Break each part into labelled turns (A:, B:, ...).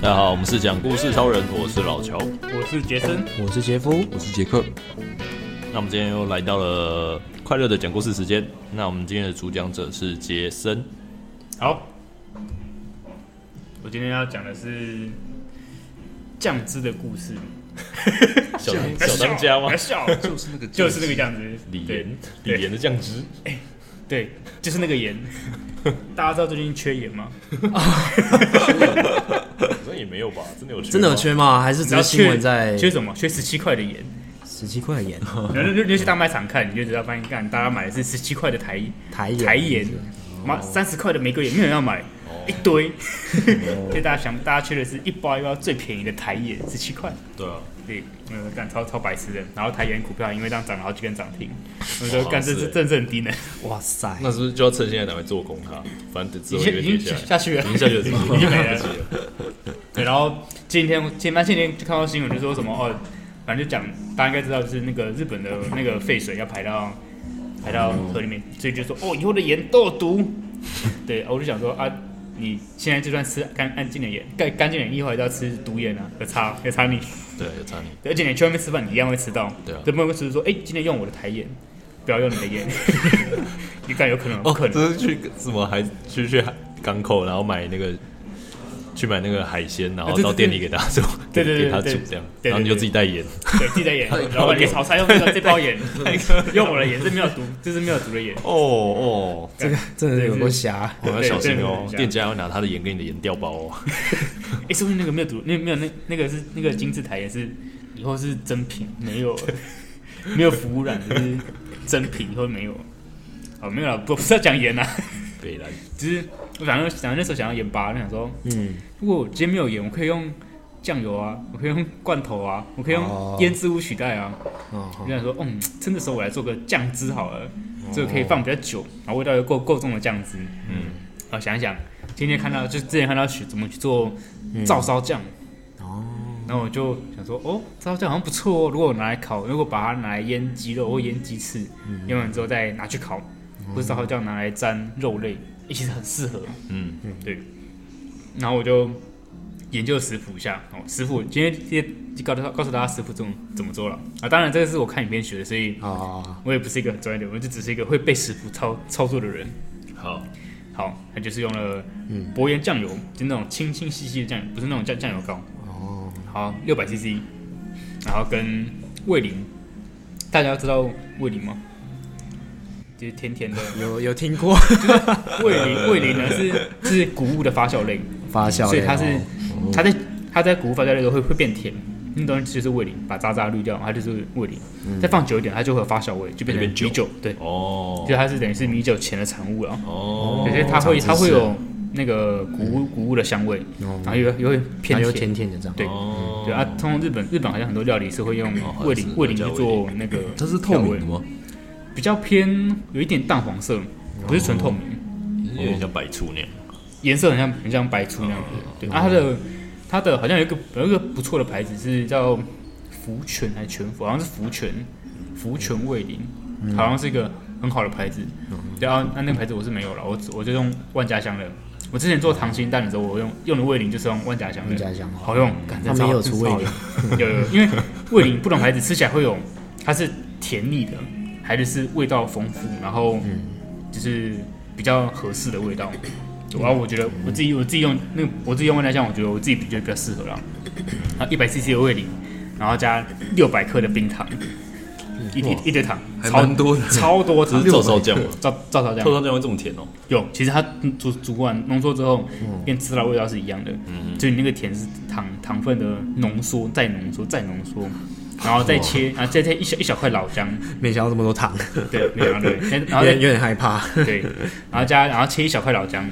A: 大家好，我们是讲故事超人，我是老乔。
B: 我是杰森，
C: 我是杰夫，
D: 我是杰克，
A: 那我们今天又来到了快乐的讲故事时间。那我们今天的主讲者是杰森。
B: 好，我今天要讲的是酱汁的故事。
A: 小
B: 不
A: 小
B: 要笑
A: 当家吗
B: 不要？笑，
D: 就是那个，
B: 就是那个酱汁，
A: 李
B: 对
A: 岩，
B: 对
A: 李岩的酱汁，
B: 对，就是那个盐。大家知道最近缺盐吗？
A: 好像也没有吧？真的有缺吗？
C: 真的有缺吗？还是只
B: 然后
C: 是新闻
B: 缺
C: 在
B: 缺什么？缺十七块的盐。
C: 十七块 盐，
B: 然后就就去大卖场看，你就知道发现，干大家买的是十七块的台
C: 台盐
B: 台盐，妈三十块的玫瑰盐，没有人要买，一堆。 所以大家想，大家缺的是一包一包最便宜的台盐，十七块。
A: 对啊，
B: 对，嗯，干超超白痴的。然后台盐股票因为这样涨了好几根涨 停，我说
A: 哦
B: 干这
A: 是
B: 这这 很低呢，
C: 哇塞！
A: 那是不是就要趁现在赶快做空它？反正等之
B: 已
A: 后
B: 经
A: 就会
B: 已经
A: 跌下来，
B: 下去了，
A: 已经下去了，
B: 已经没了
A: 来不及了。
B: 对，然后今天前那前天就看到新闻，就说什么哦，反正就讲大家应该知道，就是那个日本的那个废水要排到排到河里面，所以就说哦，以后的盐都有毒。对，我就想说啊，你现在就算吃干干净的盐，干干净的盐，以后还是要吃毒盐啊，有差有差你。
A: 对，有差你。
B: 对而且你去外面吃饭，你一样会吃到。
A: 对啊
B: 对，不能只是说哎，今天用我的台盐，不要用你的盐， 你敢有可能？有
A: 哦，
B: 可能。
A: 这是去什么海？去去海港口，然后买那个，去买那个海鲜，然后
B: 对对
A: 到
B: 对
A: 店里给他做，
B: 对对对
A: 给他煮
B: 对
A: 这样，
B: 对对
A: 然后你就自己带盐。
B: 对，自己的盐，然后你炒菜用这个这包盐，用我的盐，这没有毒，这是没有毒的盐。
A: 哦哦，
C: 这个真的是有够瞎，
A: 我要小心哦
B: 对对，对
A: 店家要拿他的盐给你的盐调包哦。
B: 哎、说不定那个没有毒，那没有那那个是那个金字塔也是以后是真品，没有没有服污染，就是真品以后没有。哦，没有了，不不是要讲盐啊，
A: 北兰，
B: 只是我想要想那时候想要盐巴，就想说，
C: 嗯，
B: 如果我今天没有盐，我可以用酱油啊，我可以用罐头啊，我可以
C: 哦
B: 用腌制物取代啊。
C: 哦，
B: 我就想说，嗯，趁这时候我来做个酱汁好了，这个可以放比较久，然后味道又够够重的酱汁。
A: 嗯，
B: 啊，想一想，今天看到就之前看到许怎么去做
C: 嗯
B: 照烧酱，哦、然后我就想说，哦，照烧酱好像不错哦，如果我拿来烤，如果把它拿来腌鸡肉或腌鸡翅，腌完之后再拿去烤，或者照烧酱拿来沾肉类，诶其实很适合。
A: 嗯，
B: 对。然后我就研究食谱一下，哦，食谱今天今天就告诉告诉大家食谱怎么怎么做了啊。当然这个是我看影片学的，所以
C: 哦，
B: 我也不是一个很专业的，我就只是一个会被食谱操操作的人。
A: 好，
B: 好，它就是用了薄盐酱油，就那种清清细细的酱油，不是那种酱酱油膏。哦，好，六百 CC，然后跟味淋，大家知道味淋吗？就是甜甜的
C: 有有听过
B: 味淋，味淋呢是是谷物的发酵类，
C: 发酵类哦，
B: 所以它是、它在它在谷物发酵类的时候会会变甜，那东西就是味淋，把渣渣滤掉，它就是味淋。再放久一点，它就会有发酵味，就变成
A: 变
B: 米酒。对，
A: 哦
B: 就，它是等于是米酒前的产物了。
A: 哦
B: 有，些它会
C: 长知识
B: 它会有那个谷物谷物的香味，
C: 哦
B: 然后有有会
C: 它
B: 偏
C: 又
B: 甜
C: 甜。甜的这样，
B: 对
A: 哦
B: 对啊，通常日本日本好像很多料理是会用
A: 好像
B: 味淋
A: 是
B: 味淋
A: 叫
B: 去
A: 味
B: 做那个，
D: 它是透明的？吗？
B: 比较偏有一点淡黄色，不是纯透明，
A: 有点像白醋那样。
B: 颜色很像很像白醋那样子。
C: 哦
B: 对啊，它的它的好像有一个有一个不错的牌子是叫福泉还是全福，好像是福泉福泉味淋，
C: 嗯
B: 好像是一个很好的牌子。对啊，那那个牌子我是没有了，我只我就用万家香的。我之前做溏心蛋的时候，我用用的味淋就是用万家香的，
C: 万家香哦
B: 好用，感觉
C: 他们也有出味淋，
B: 有 有，有因为味淋不同牌子吃起来会有，它是甜腻的，还是是味道丰富，然后
C: 嗯
B: 就是比较合适的味道。然后我觉得我自己我自己用那个我自己用万家香，我觉得我自己比觉得比较适合啦。啊，一百 CC 的味淋，然后加六百克的冰糖，
C: 嗯
B: 一一一堆糖，
D: 还
B: 超
D: 蛮多的
B: 超多
A: 这
B: 糖
A: 是，照烧酱吗？
B: 照照烧酱
A: 照。烧酱会这么甜哦？
B: 有，其实它煮煮完浓缩之后，跟吃到的味道是一样的，就你那个甜是糖糖分的浓缩，再浓缩，再浓缩，然后再切，然后再切一小一小块老姜，
C: 没想到这么多糖，
B: 对，没有啊 对，然
C: 有
B: 后
C: 点
B: 再
C: 有点害怕。
B: 对，然后加然后切一小块老姜，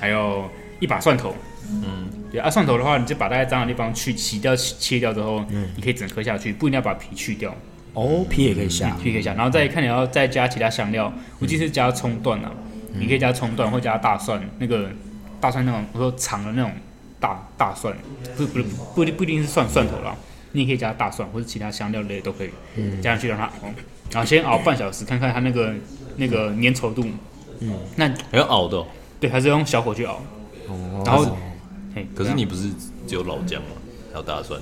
B: 还有一把蒜头，嗯，对啊，蒜头的话，你就把大概脏的地方去洗掉、切掉之后，你可以整颗下去，不一定要把皮去掉，
C: 哦，皮也可以下，
B: 皮可以下，然后再看你要再加其他香料，我记得是加葱段啊，
C: 嗯
B: 你可以加葱段或加大蒜，那个大蒜那种我说长的那种大大蒜，不不不不不一定是蒜蒜头啦，你也可以加大蒜或者其他香料类都可
C: 嗯
B: 哦以，加上去让它熬，然后先熬半小时看看它那个那个粘稠度，
C: 嗯
B: 那
A: 还要熬的哦、
B: 对，还是用小火去熬，
C: 哦
B: 然后，嘿
A: 可是
B: 对啊啊
A: 你不是只有老姜吗？还有大蒜，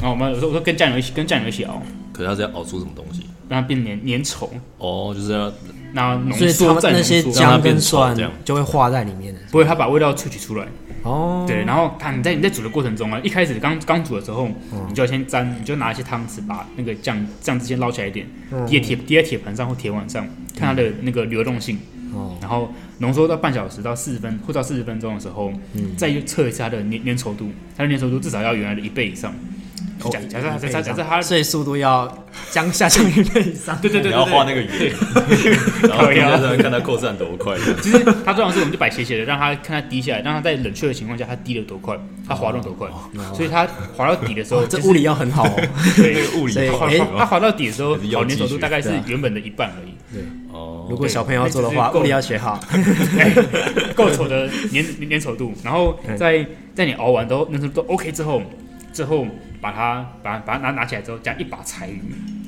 B: 然后我们有时候我说跟酱油一起跟酱油一起熬，
A: 可是它是要熬出什么东西？
B: 让它变粘粘稠，
A: 哦，就是要
B: 然后浓
C: 所以
B: 嗯
C: 他
B: 缩
C: 们
B: 再
C: 那
B: 浓
C: 些
B: 缩，
C: 姜跟
A: 让它
C: 蒜
A: 变稠这样
C: 就会化在里面的。
B: 不会它把味道萃取出来。
C: 哦，
B: 对，然后它你在你在煮的过程中啊，一开始刚刚煮的时候，你就要先沾，你就拿一些汤匙把那个酱酱汁先捞起来一点，滴在铁滴在铁盘上或铁碗上，看它的那个流动性。
C: 哦，
B: 然后浓缩到半小时到四十分或到四十分钟的时候，再去测一下它的粘粘稠度，它的粘稠度至少要原来的一倍以上。就假假设它假设假设它
C: 哦所以速度要将下降一倍以上。
B: 对对对
A: 你要
B: 对
A: 画那
B: 对，
A: 个圆， 然后
B: 靠腰
A: 在上面看它扣散多 快。这样
B: 其实它这种事我们就摆斜斜的，让它看它滴下来，让它在冷却的情况下它滴了多快，它滑动多快，所以它滑到底的时候
C: 哦，，这
B: 就是
C: 物理要很好哦。
B: 对
A: 那个物理
C: 所 以
A: 化
B: 滑
A: 学
C: 哎
B: 它
A: 哦
B: 滑到底的时候，
A: 还是要
B: 好粘稠
A: 继
B: 度
A: 续
B: 大概是
C: 对啊
B: 原本的一半而已。
A: 哦，
C: 如果小朋友要做的
B: 对那
C: 话，
B: 只是够
C: 物理要学好。
B: 哎够稠的粘粘 粘稠度，然后在在你熬完都那时候都 OK 之后，之后把它把它把它拿拿起来之后，加一把柴鱼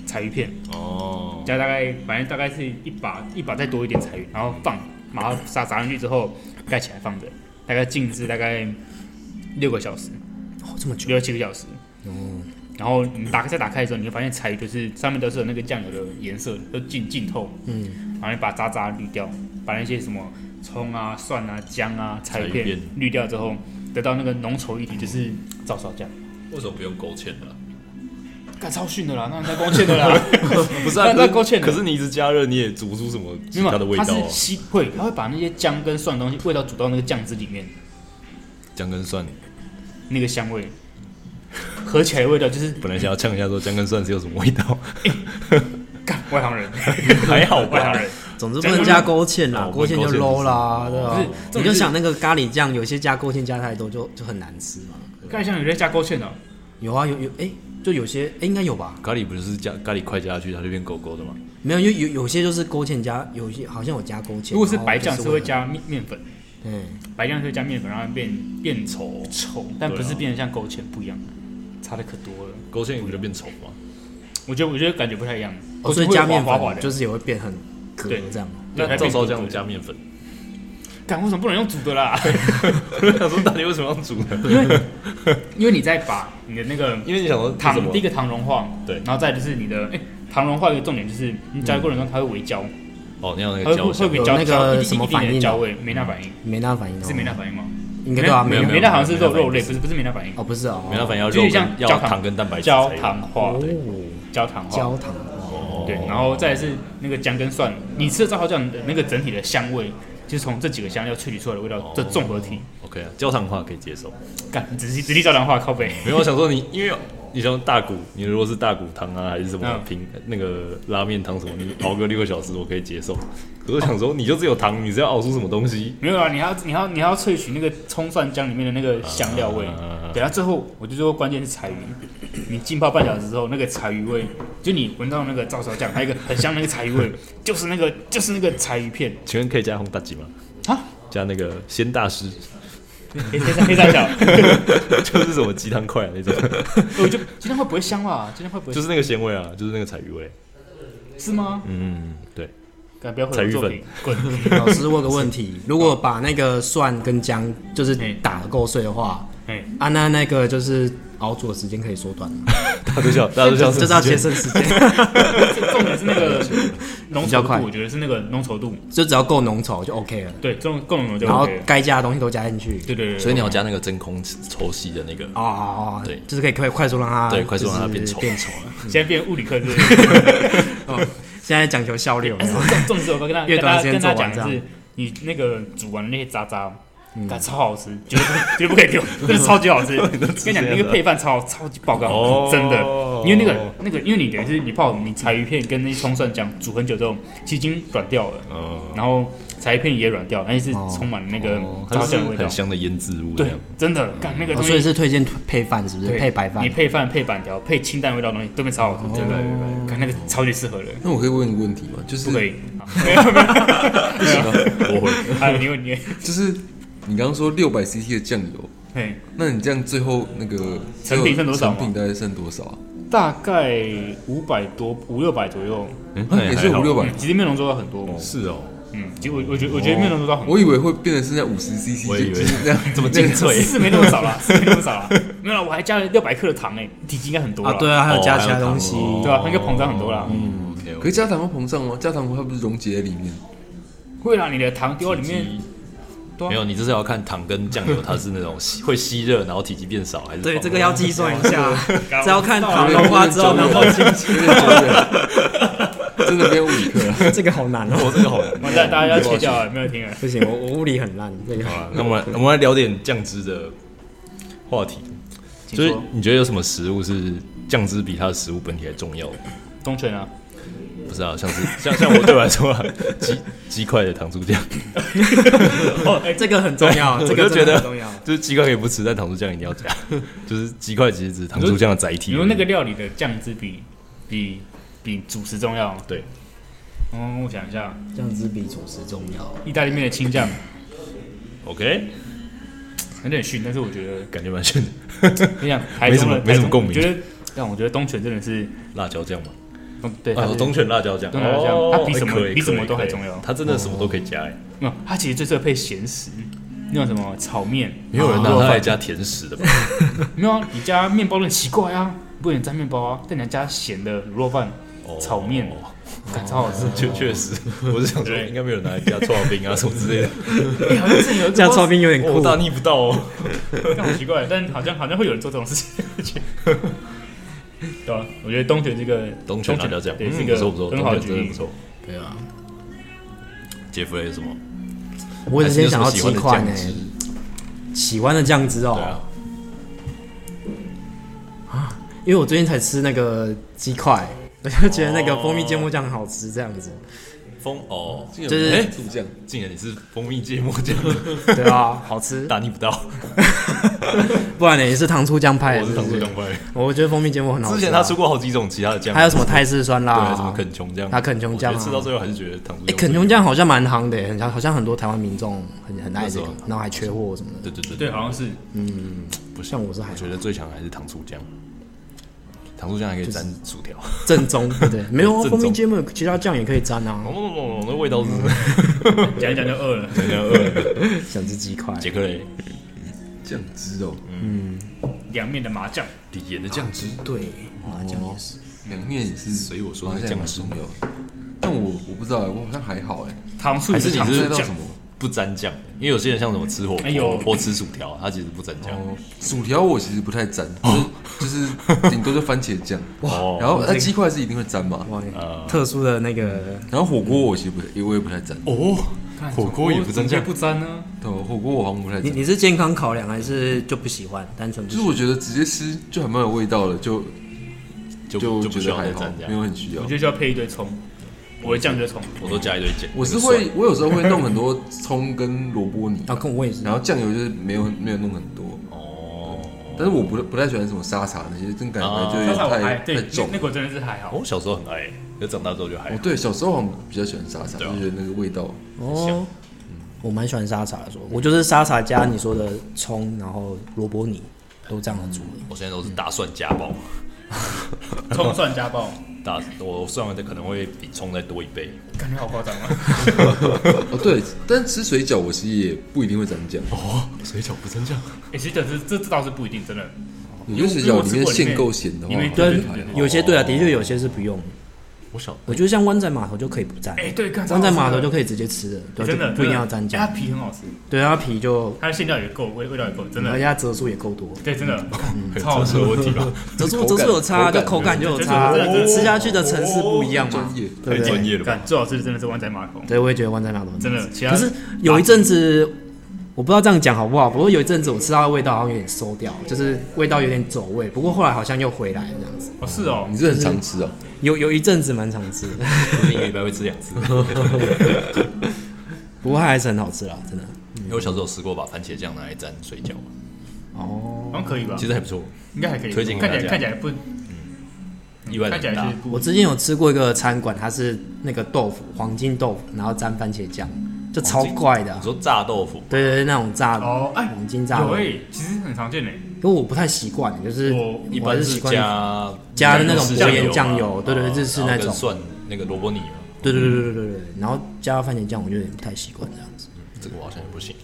B: 柴鱼片，
A: 哦，
B: 加大概反正大概是一把一把再多一点柴鱼，然后放，然后撒撒上去之后盖起来放着，大概静置大概六个小时，
C: 哦，这么久，
B: 六七个小时。然后你打开再打开的时候，你会发现柴鱼就是上面都是有那个酱油的颜色，都浸浸透。
C: 嗯，
B: 然后你把渣渣滤掉，把那些什么葱啊、蒜啊、姜啊、
A: 柴
B: 柴
A: 鱼
B: 片
A: 片
B: 滤掉之后，得到那个浓稠一体，就是照烧酱。
A: 为什么不用勾芡啊呢？
B: 干超逊的啦，那那勾芡的啦，
A: 不 是啊，
B: 那
A: 可
B: 那
A: 是
B: 勾芡的
A: 可是你一直加热，你也煮不出什么其
B: 没有
A: 他的味
B: 它
A: 道
B: 是
A: 啊。
B: 吸会，它会把那些姜跟蒜的东西味道煮到那个酱汁里面，
A: 姜跟蒜，
B: 那个香味合起来的味道就是
A: 本来想要呛一下说姜跟蒜是有什么味道，
B: 干外行人，
A: 还好
B: 外行
A: 吧？
B: 人，
C: 总之不能加勾芡啦
A: 哦，
C: 勾芡就 low 啦，对
B: 不
C: 吧
B: 是？重
C: 你
B: 点是
C: 就想那个咖喱酱，有些加勾芡加太多就就很难吃嘛。
B: 干像有人加勾哦芡的，
C: 有啊，有有，哎，就有些，哎，应该有吧？
A: 咖喱不就是加咖喱块加下去，它就变狗狗的吗？
C: 没有，有有有些就是勾芡加，有些好像有加勾芡。
B: 如果是
C: 然后
B: 白
C: 就
B: 酱
C: 是
B: 是会，加面面粉，
C: 嗯，
B: 白酱是会加面粉让它变变稠稠，但不
A: 对
B: 是
A: 啊
B: 变得像勾芡不一样，差的可多了。
A: 勾芡不就变稠吗？
B: 我觉得我觉得感觉不太一样，
C: 哦所以加面
B: 滑滑滑
C: 粉
B: 的，
C: 就是也会变很格
B: 对
C: 这样。
B: 对
A: 那照烧酱加 面粉，
B: 干为什么不能用煮的啦？
A: 想说到底为什么要煮呢？
B: 因为你在把你的那个
A: 因为你想说什
B: 糖，
A: 么
B: 第一个糖融化，
A: 对
B: 然后再就是你的哎、糖融化一个重点就是你加的过程中它会微焦，
A: 哦，你要那
B: 它
A: 个
B: 会
A: 焦
B: 会
A: 香
B: 会
C: 有
B: 有焦
C: 那个
B: 焦一定
C: 什么
B: 一定
C: 反
B: 的
C: 应
B: 焦
C: 啊
B: 味，梅纳反应
C: 梅纳反应哦
B: 是梅纳反应吗？
C: 应该对啊，
A: 没有
C: 有
B: 梅纳好像是肉
A: 没有
B: 肉类，不是不是梅纳反应，
C: 哦，不是哦，
A: 没办法，要
B: 就
A: 肉
B: 是像
A: 跟要
B: 焦糖
A: 糖跟蛋白质
B: 焦
A: 才有
B: 糖化
C: 哦，
B: 焦糖化。
C: 焦糖 哦，
A: 哦
B: 对，然后再来是那个姜跟蒜，你吃的照烧酱的那个整体的香味，就是从这几个香料萃取出来的味
A: 哦
B: 道，这综合体。
A: OK 啊，焦糖化可以接受。
B: 干，仔细仔细照量化靠背。
A: 没有，我想说你， 因为你像大骨，你如果是大骨汤啊，还是什么
B: 嗯
A: 平、那个拉面汤什么，你熬个六个小时我可以接受。可是我想说，你就只有汤，你是要熬出什么东西？
B: 没有啊，你还要你还要你还要萃取那个葱蒜姜里面的那个香料味。
A: 啊
B: 对，然后最后我就说关键是柴鱼，你浸泡半小时之后，那个柴鱼味，就你闻到那个照烧酱，还有一个很香的那个柴鱼 味，就是那个就是那个柴鱼片
A: 请问可以加红大吉吗？
B: 啊，
A: 加那个鲜大师，
B: 黑黑三黑三角，
A: 就是什么鸡汤块、啊、那种，
B: 我就今天会不会香啊？今天会不会
A: 就是那个鲜味 啊，就是那个柴鱼味。
B: 是吗？
A: 嗯，对，
B: 敢不要
A: 柴鱼
B: 毁我作
A: 粉
B: 品，滚！
C: 老师问个问题，如果把那个蒜跟姜就是
B: 嗯
C: 打得够碎的话，
B: 哎，
C: 啊，那那个就是熬煮的时间可以缩短吗，
A: 大家都笑，大家都笑，
C: 就是要节省时间，
B: 重点是那 个浓
C: 比较
B: 稠
C: 快
B: 度，我觉得是那个浓稠度，
C: 就只要够浓稠就 OK 了。
B: 对，这种够浓就
C: 然后
B: OK 了。
C: 该加的东西都加进去，
B: 对对对，对
A: 所以你要加那个真空抽吸的那个，
C: 哦哦，哦
A: 对
C: 就是可以快快速让它
A: 对快速让它
C: 就是
A: 变稠
C: 变稠了。
B: 现在变物理课是不是。
C: 现在讲求效率有 没 有，
B: 重重视我跟他
C: 越
B: 跟
C: 短
B: 他
C: 的时间
B: 跟
C: 做
B: 他
C: 完
B: 讲的是，你那个煮完的那些渣渣，
C: 嗯
B: 干超好吃，绝对不绝对不可以 丢，真的超级好吃。跟你讲，
A: 这样
B: 那
A: 的
B: 个配饭超超级爆
A: 哦
B: 高，真的。因为那个那个，因为你等于是你泡你柴鱼片跟那些葱蒜姜煮很久之后，其实已经软掉了，
C: 哦
A: 嗯，哦
B: 然后柴鱼片也软掉，但是充满了那个
A: 它
B: 糟
A: 是
B: 酱的味道
A: 很。香的腌制物，
B: 对，真的，干那个
C: 哦
B: 东
C: 所以
B: 西。
C: 是推荐配饭是不是？
B: 对
C: 配白饭
B: 你。配饭、配板条、配清淡味道的东西都没超好吃，真的，看那个超级适合的，
D: 那我可以问个问题吗？就是
B: 不可以。好 没有没有，
A: 我会。
B: 还有你问你问，
D: 就是你刚刚说六百 CC 的酱油，
B: 嘿。
D: 那你这样最后那个
B: 成品剩多少吗
D: 成品大概剩多少啊？
B: 大概五百多五六百左右，
A: 嗯
D: 啊也是五六百
B: 哎嗯，其实面容做到很多。
A: 是哦，
B: 嗯，其实我我觉得我觉得没有浓度到很高，
D: 我以为会变成剩下五十 CC，
A: 我以为
D: 就是那样
A: 这么精粹
B: 是没那么少啦，是没那么少啦。没有啦，我还加了六百克的糖诶、体积应该很多
C: 啊
B: 啦。，
C: 对啊，还有加其他东西，
A: 哦
B: 对啊，那个膨胀很多啦。
A: 嗯，OK，
D: 可是加糖会膨胀吗？加糖它不是溶解在里面？
B: 会让你的糖丢到里面，
A: 没有，你这是要看糖跟酱油，它是那种 吸会吸热，然后体积变少，还是
C: 对，这
A: 个
C: 个要计算一下，
A: 哦
C: 只要看
B: 好
C: 糖融化之后，然后
D: 进去，有点久远 真的变五克啊了。
C: 这个好难
A: 我
C: 哦，
A: 这个好难。
B: 完蛋，大家要切掉了，没有听了。
C: 不行，我我物理很烂，这个
A: 好啊 了，那我们来我们来聊点酱汁的话题，
B: 请
A: 就是
B: 说，
A: 你觉得有什么食物是酱汁比它的食物本体还重要？
B: 东泉啊，
A: 不是啊，像是 像像我对我来说啊， 鸡鸡块的糖醋酱，
C: 哎这个很重要，
A: 我
C: 这个
A: 就觉
C: 真的
A: 得
C: 很重要。
A: 就是鸡块可以不吃，但糖醋酱一定要加。 就是鸡块其实只是糖醋酱的载体而
B: 你
A: 已。
B: 说那个料理的酱汁比比比主食重要？
A: 对，
B: 嗯，我想一下，
C: 酱汁比主食重要，
B: 意大利面的青酱
A: OK，
B: 有点逊，但是我觉得
A: 感觉蛮炫的。
B: 你想台中的
A: 没什么没什么
B: 台中
A: 共鸣
B: 我觉得但我觉得东泉真的是，
A: 辣椒酱嘛，
B: 东对，它
A: 啊，
B: 是
A: 东泉辣椒酱，哦
B: 东泉辣椒酱它比什么
A: 可以
B: 比什么
A: 可以
B: 都还
A: 可以
B: 重要哦
A: 它真的什么都可以加哎。
B: 没有，它其实最适合配咸食，那种什么炒面，啊
A: 没有人啊拿它来加甜食的吧？
B: 哦没有啊，你加面包都很奇怪啊，不能沾面包啊，但你要加咸的卤肉饭、
A: 哦
B: 炒面，感超好吃。
A: 确确实， 我是想说
B: 对
A: 应该没有人拿来加刨冰啊什么之 类的，
B: 哎好像之前有一个
C: 这样超冰有点
A: 哦
C: 酷
A: 我，大逆不道哦。
B: 但很奇怪，但好像好像会有人做这种事情。对啊，我觉得东泉这个
A: 东泉辣椒酱，
B: 对，
A: 嗯
B: 是一
A: 不
B: 个
A: 错不错，
B: 很好
A: 东
B: 的
A: 泉
B: 举
A: 真的
B: 例
A: 不。错。
C: 对啊，
A: 杰弗雷有什么？
C: 我只先想到
A: 还是
C: 鸡
A: 有什么喜
C: 块
A: 欢的
C: 呢
A: 酱，汁
C: 喜欢的酱汁
A: 对啊
C: 哦，，因为我最近才吃那个鸡块， 我就觉得那个蜂蜜芥末酱很好吃，这样子，
A: 蜂哦，
D: 这
C: 就是
D: 个哎醋酱，
A: 竟然你是蜂蜜芥末 酱，
C: 对啊，好吃，
A: 大逆不道。
C: 不然呢也是糖醋酱派，
A: 我是
C: 不
A: 糖醋酱派。
C: 我觉得蜂蜜芥末很好吃啊。
A: 之前他出过好几种其他的酱，
C: 还有什么泰式酸辣
A: 对，
C: 啊，
A: 什么肯琼酱，
C: 啊肯琼酱啊
A: 我觉得吃到最后还是觉得糖醋
C: 哎、
A: 酱。
C: 肯琼，酱好像蛮夯的耶，很像好像很多台湾民众很很爱这个
A: 那时，
C: 然后还缺货什么
A: 对
C: 的。
A: 对对
B: 对，，好像是
C: 不啊像我是还
A: 我觉得最强还是糖醋酱，糖醋酱还可以沾薯条。
C: 正宗，对不对，没有啊
A: 正宗
C: 蜂蜜芥末，其他酱也可以沾啊
A: 哦，。哦哦那味道是
C: 嗯
B: 讲一讲就饿了。
A: 很像饿。
C: 想吃鸡块，
A: 杰克雷，
D: 酱汁哦，
A: 嗯
B: 凉面的麻酱，
A: 李岩的酱汁，
C: 对，
A: 哦
C: 麻酱也是。
D: 凉面也是，
A: 所以我说那个酱汁
D: 重要。但我我不知道哎，我好像还好哎，
B: 糖醋
A: 还是你
B: 糖
A: 是
B: 醋
D: 到
B: 酱
D: 什么？
A: 不沾酱，因为有些人像什么吃火
B: 哎呦
A: 锅或吃薯条，他其实不沾酱。
D: 哦，薯条我其实不太沾，就是就是顶多就番 茄酱。
A: 哦
D: 然后那鸡块是一定会沾嘛，
C: 哇，
A: 呃
C: 特殊的那个
D: 然后火锅我其实不太，我也不太沾。
A: 哦，火锅也不沾
B: 怎
A: 酱
B: 么可以，不沾啊呢？
D: 对，啊火锅我好像不太
C: 你
D: 沾。
C: 你是健康考量还是就不喜欢？单纯不
D: 就
C: 喜
D: 是
C: 欢
D: 我觉得直接吃就还蛮有味道的，就
A: 就
D: 就
A: 就不
D: 觉
A: 需
D: 得
A: 要
D: 还
A: 再
D: 好
A: 沾，
D: 没
A: 酱，
D: 有很需要
B: 我觉。得就要配一堆葱，我的酱就是葱。
A: 我都加一堆酱。
D: 我是会，我有时候会弄很多葱跟萝 卜泥，
C: 啊，跟我也是
D: 然，后酱油就是没有没有弄很多，
A: 哦，
D: 但是我不不太喜欢什么沙茶那些，真感觉
A: 啊
D: 就
B: 沙
D: 有点
B: 茶我还
D: 太
B: 哎对
D: 太重
B: 那。那个我真的是还好，
A: 我小时候很爱，可是长大之后就还
D: 哦
A: 好，
D: 对，小时候好像比较喜欢沙茶，
A: 对啊
D: 就觉得那个味道。
C: 哦，
B: 嗯
C: 我蛮喜欢沙茶的，说，我就是沙茶加你说的葱，然后萝卜泥，都这样的组
B: 嗯
C: 合。
A: 我现在都是大蒜加爆，
B: 葱蒜加爆，
C: 嗯
A: 大我算完的可能会比葱再多一倍。
B: 感觉好夸张啊！
D: 哦对，但吃水饺我其实也不一定会沾酱，
A: 哦，水饺不沾酱，
B: 哎，其实这这这倒是不一定，真的。
D: 有些水饺里面现够咸的话，
B: 因为
D: 好像
C: 对
D: 就还好，
C: 有些对啊，的确有些是不用。
A: 我 小
C: 我觉得像湾仔码头就可以不蘸，
B: 哎，对，干
C: 湾仔码头就
B: 欸
C: 可以直接吃了，对啊，
B: 真的
C: 就不一定要
B: 真
C: 蘸
B: 的
C: 酱
B: 哎。它皮很好吃，
C: 对，啊它皮就，
B: 它的馅料也够，味味道也够，真
C: 而且
B: 的。
C: 它折数也够多，
B: 对，真的，
A: 嗯
B: 超好吃。
A: 问题吧？
C: 折数
D: 口
C: 折
D: 感
C: 数有差，
D: 口
C: 就
D: 感
C: 口感就有
B: 对
C: 差，
B: 对对对对
C: 吃下去的层次不一样嘛
D: 专业，
C: 对
A: 太
C: 不
A: 专
C: 对？
A: 业了吧？
B: 干最好吃的真的是湾仔码头，
C: 对，我也觉得湾仔码头很
B: 真的。其他
C: 可是有一阵子，我不知道这样讲好不好，不过有一阵子我吃到的味道好像有点馊掉，就是味道有点走味，不过后来好像又回来了这样子。
B: 哦是哦，
D: 你是很常吃啊？
C: 有有一阵子蛮常吃的，
A: 我一个礼拜会吃两次。
C: 嗯不过它还是很好吃啦，真的。
A: 因为我小时候有吃过把番茄酱拿来沾水饺，
C: 哦，
B: 好像可以吧？
A: 其实还不错，
B: 应该还可以，
A: 推荐给
B: 看
A: 大
B: 起
A: 家
B: 来看起来不，
C: 嗯
A: 意外的
B: 看起
A: 很
B: 来
A: 大
B: 是。不
C: 我之前有吃过一个餐馆，它是那个豆腐，黄金豆腐，然后沾番茄酱，就超怪的啊、
A: 你说炸豆腐，
C: 对对对，那种炸，
B: 哦哎，
C: 黄金炸
B: 有
C: 肉
B: 哎，其实很常见诶。
C: 因为我不太习惯，就是
B: 我
A: 一
C: 还
A: 般
C: 是
A: 是
C: 习惯
A: 加
C: 加那种
A: 日式
C: 薄盐
A: 酱
C: 酱
A: 油
C: 油，
A: 嘛，
C: 对对，
A: 哦
C: 日式
A: 然后
C: 那
A: 跟
C: 种。
A: 蒜那个萝卜泥嘛，
C: 对对对对对对对，然后加到番茄酱，我就有点不太习惯这样子。
A: 这个我好像也 不行。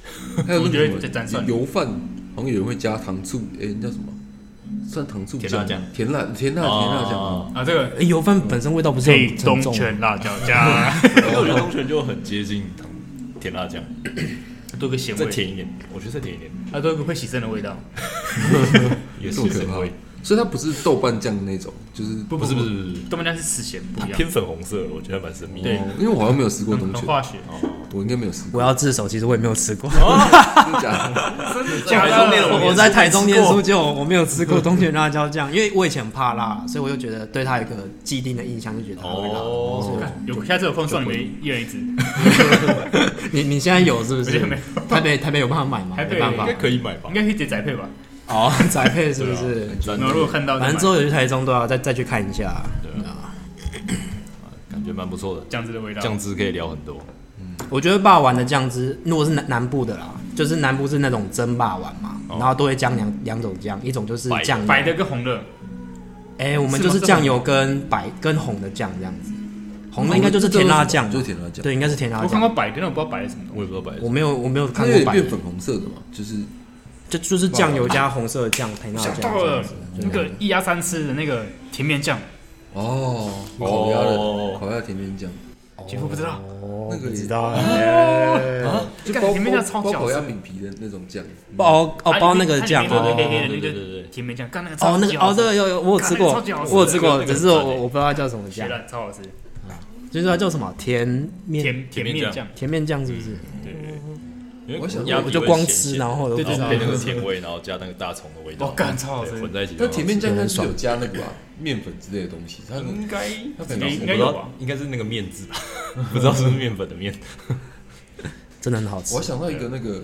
D: 还有
B: 我
D: 那
B: 觉得
D: 个
B: 这沾
D: 什么
B: 蒜
D: 油饭，好像有人会加糖醋，哎，那叫什么？算糖醋
A: 甜辣酱
D: 甜辣甜辣
C: 哦
D: 甜辣酱吗。
B: 啊，这个
C: 哎油饭本身味道不是
B: 配
C: 很
B: 东
C: 很重吗，
B: 泉辣椒加
A: 因为我觉得东泉就很接近糖甜辣酱，
B: 多个咸
A: 再
B: 味，
A: 甜一点，我觉得再甜一点
B: 它多一个会洗肾的味道。
A: 也
D: 这
A: 是
D: 么可怕
A: 会。，
D: 所以它不是豆瓣酱那种，就是
B: 不
A: 不是不是，不是，
B: 东门酱是死咸不
A: 它
B: 一样，
A: 偏粉红色，我觉得还蛮神秘的。
B: 对
D: 哦因为我好像没有吃过
B: 很
D: 东
B: 很
D: 泉，
B: 化学。
A: 哦
D: 我应该没有吃过，
C: 我要自首，其实我也没有吃过。
B: 哦
D: 真的假的？
A: 台中念了五年
C: 我在台中念书，就我没有 吃过东泉辣椒酱，因为我以前很怕辣，所以我就觉得对它有一个既定的印象，就觉得它会辣。
A: 哦
C: 所以我
B: 有下次有空送你们一人一支，
C: 你你现在有是不是
B: 没有没？
C: 台北台北有办法买吗？
B: 台北
C: 没办
A: 应
C: 法
A: 该。可以买吧
B: 应？该可以直接宅配吧？
C: 哦，宅配是不是？
A: 赞
B: 然后如果看到就买，
C: 反正之后有去台中都啊要再再去看一下。对啊
A: 感觉蛮不错的，
B: 酱汁的味道，
A: 酱汁可以聊很多。
C: 我觉得霸王的酱汁，如果是南南部的啦，就是南部是那种蒸霸王嘛，
A: 哦
C: 然后都会加两两种酱，一种就是
A: 白的
C: 酱油，
B: 白的跟红的，
C: 哎、我们
B: 是
C: 就
B: 吗
C: 是
B: 这
C: 酱
B: 种
C: 油跟白跟红的酱这样子，红的应该就是甜辣酱吧，
D: 就是甜辣酱，
C: 对，应该是甜辣
B: 我看过
C: 酱。
B: 白的，但我不知道白的什么东
A: 我也不知道白
C: 我没有我没有
D: 它
C: 看
D: 有
C: 过
D: 点
C: 白
D: 变
C: 的，
D: 粉红色的嘛，就是
C: 就就是酱油加红色的酱甜辣
B: 西。
C: 酱
B: 想
C: 这样
B: 到
C: 子。
B: 了那个一鸭三吃的那个甜面酱，
D: 哦，
A: 哦
D: 烤鸭的烤鸭甜面酱，
B: 几乎不知道。
C: 哦，
D: 那个
C: 不
D: 也
C: 知道啊，
D: 就
B: 干
D: 包
B: 甜面酱超
D: 包
B: 屌
D: 烤鸭
B: 丝
D: 饼皮的那种酱，
C: 包哦包那个酱
B: 它里
C: 哦。
B: 面有一个
A: 对对对
B: 黑黑的那个
A: 对
B: 甜面酱，干那个
C: 哦，那个
B: 超好
C: 哦，
B: 吃
C: 对，有有，我有吃过
B: 干那个超级好，吃
C: 我有吃
A: 那
C: 过，
A: 个那个
C: 只是我
A: 很赞欸
C: 我不知道它叫什么酱
B: 血，蛋超好吃，
C: 就是它叫什么甜面
B: 甜甜面酱，
C: 甜面酱是不是？
A: 对对对，因为
D: 我想
A: 鸭
D: 我
A: 子
C: 就
A: 会
C: 光
A: 咸
C: 吃
A: 咸
C: 然后都不
A: 然后
C: 知道
A: 配那个甜 味，然后加那个大葱的味道，
B: 哦干超好吃
A: 对混在一起。
D: 但甜面酱应该是有加那个嗯吧，面粉之类的东西，它可能
B: 应该
D: 它可
B: 应
D: 能
B: 该
D: 是
A: 我
B: 应
A: 不
B: 该
A: 知
B: 有
A: 道
B: 吧？，
A: 应该是那个面字 吧，不知道是不是面粉的面。
C: 真的很好吃
D: 我还。想到一个那个，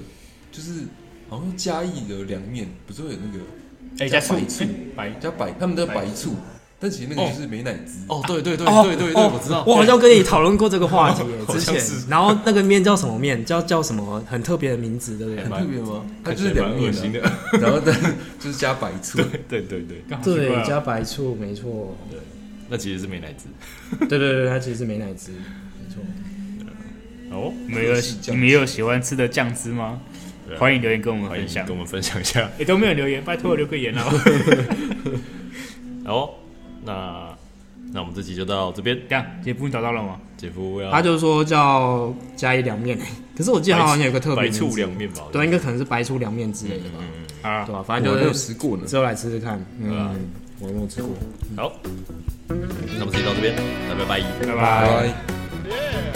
D: 就是好像嘉义的凉面，不是会有那个
B: 哎，加醋
D: 白醋，
B: 白
D: 加白，他们的白
B: 白
D: 醋，但其实那个就是美乃滋。
A: 哦，对对对
C: 哦哦我好像跟你讨论过这个话题耶
A: 好
C: 之
A: 像
C: 前
A: 是，
C: 然后那个面叫什么面？叫叫什么很特别的名字，对不对？
D: 很特别吗？它
A: 看
D: 就
A: 起
D: 是
A: 来
D: 凉
A: 蛮
D: 面
A: 恶
D: 啊
A: 心，的。
D: 然后但就是加白醋，
A: 对对对，
B: 干好奇怪
C: 对，
B: 哦
C: 加白醋，没错。
A: 那其实是美乃滋。
C: 对对对，它其实是美乃滋，没错。
B: 哦，你们有
D: 是酱汁
B: 你们也有喜欢吃的酱汁吗？
A: 对啊
B: 欢迎留言跟我们
A: 欢
B: 分
A: 迎
B: 享
A: 跟。我们分享一下。
B: 哎，都没有留言，拜托留个言啊！
A: 好，哦那那我们这集就到这边。
B: 这样，节目你找到了吗？
A: 姐夫要
C: 他就说叫加一凉面， 可是我记得它好像有个特别
A: 白
C: 名字
A: 醋凉，面吧？
C: 对，应该可能是白醋凉面之类的吧，
B: 啊
C: 对，吧？反
D: 我还没
C: 正
D: 有
C: 就是
D: 吃过呢。
C: 之后来吃吃看，
A: 啊
C: 嗯，我没有吃过。
A: 好，那我们这集到这边，那拜拜。
B: 拜
D: 拜
B: 拜。
D: 拜。
E: Yeah.